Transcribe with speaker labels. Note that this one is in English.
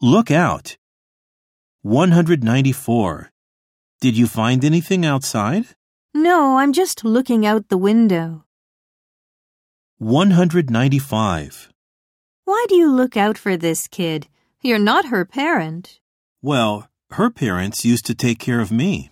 Speaker 1: Look out! 194. Did you find anything outside?
Speaker 2: No, I'm just looking out the window.
Speaker 1: 195.
Speaker 2: Why do you look out for this kid? You're not her parent.
Speaker 1: Well, her parents used to take care of me.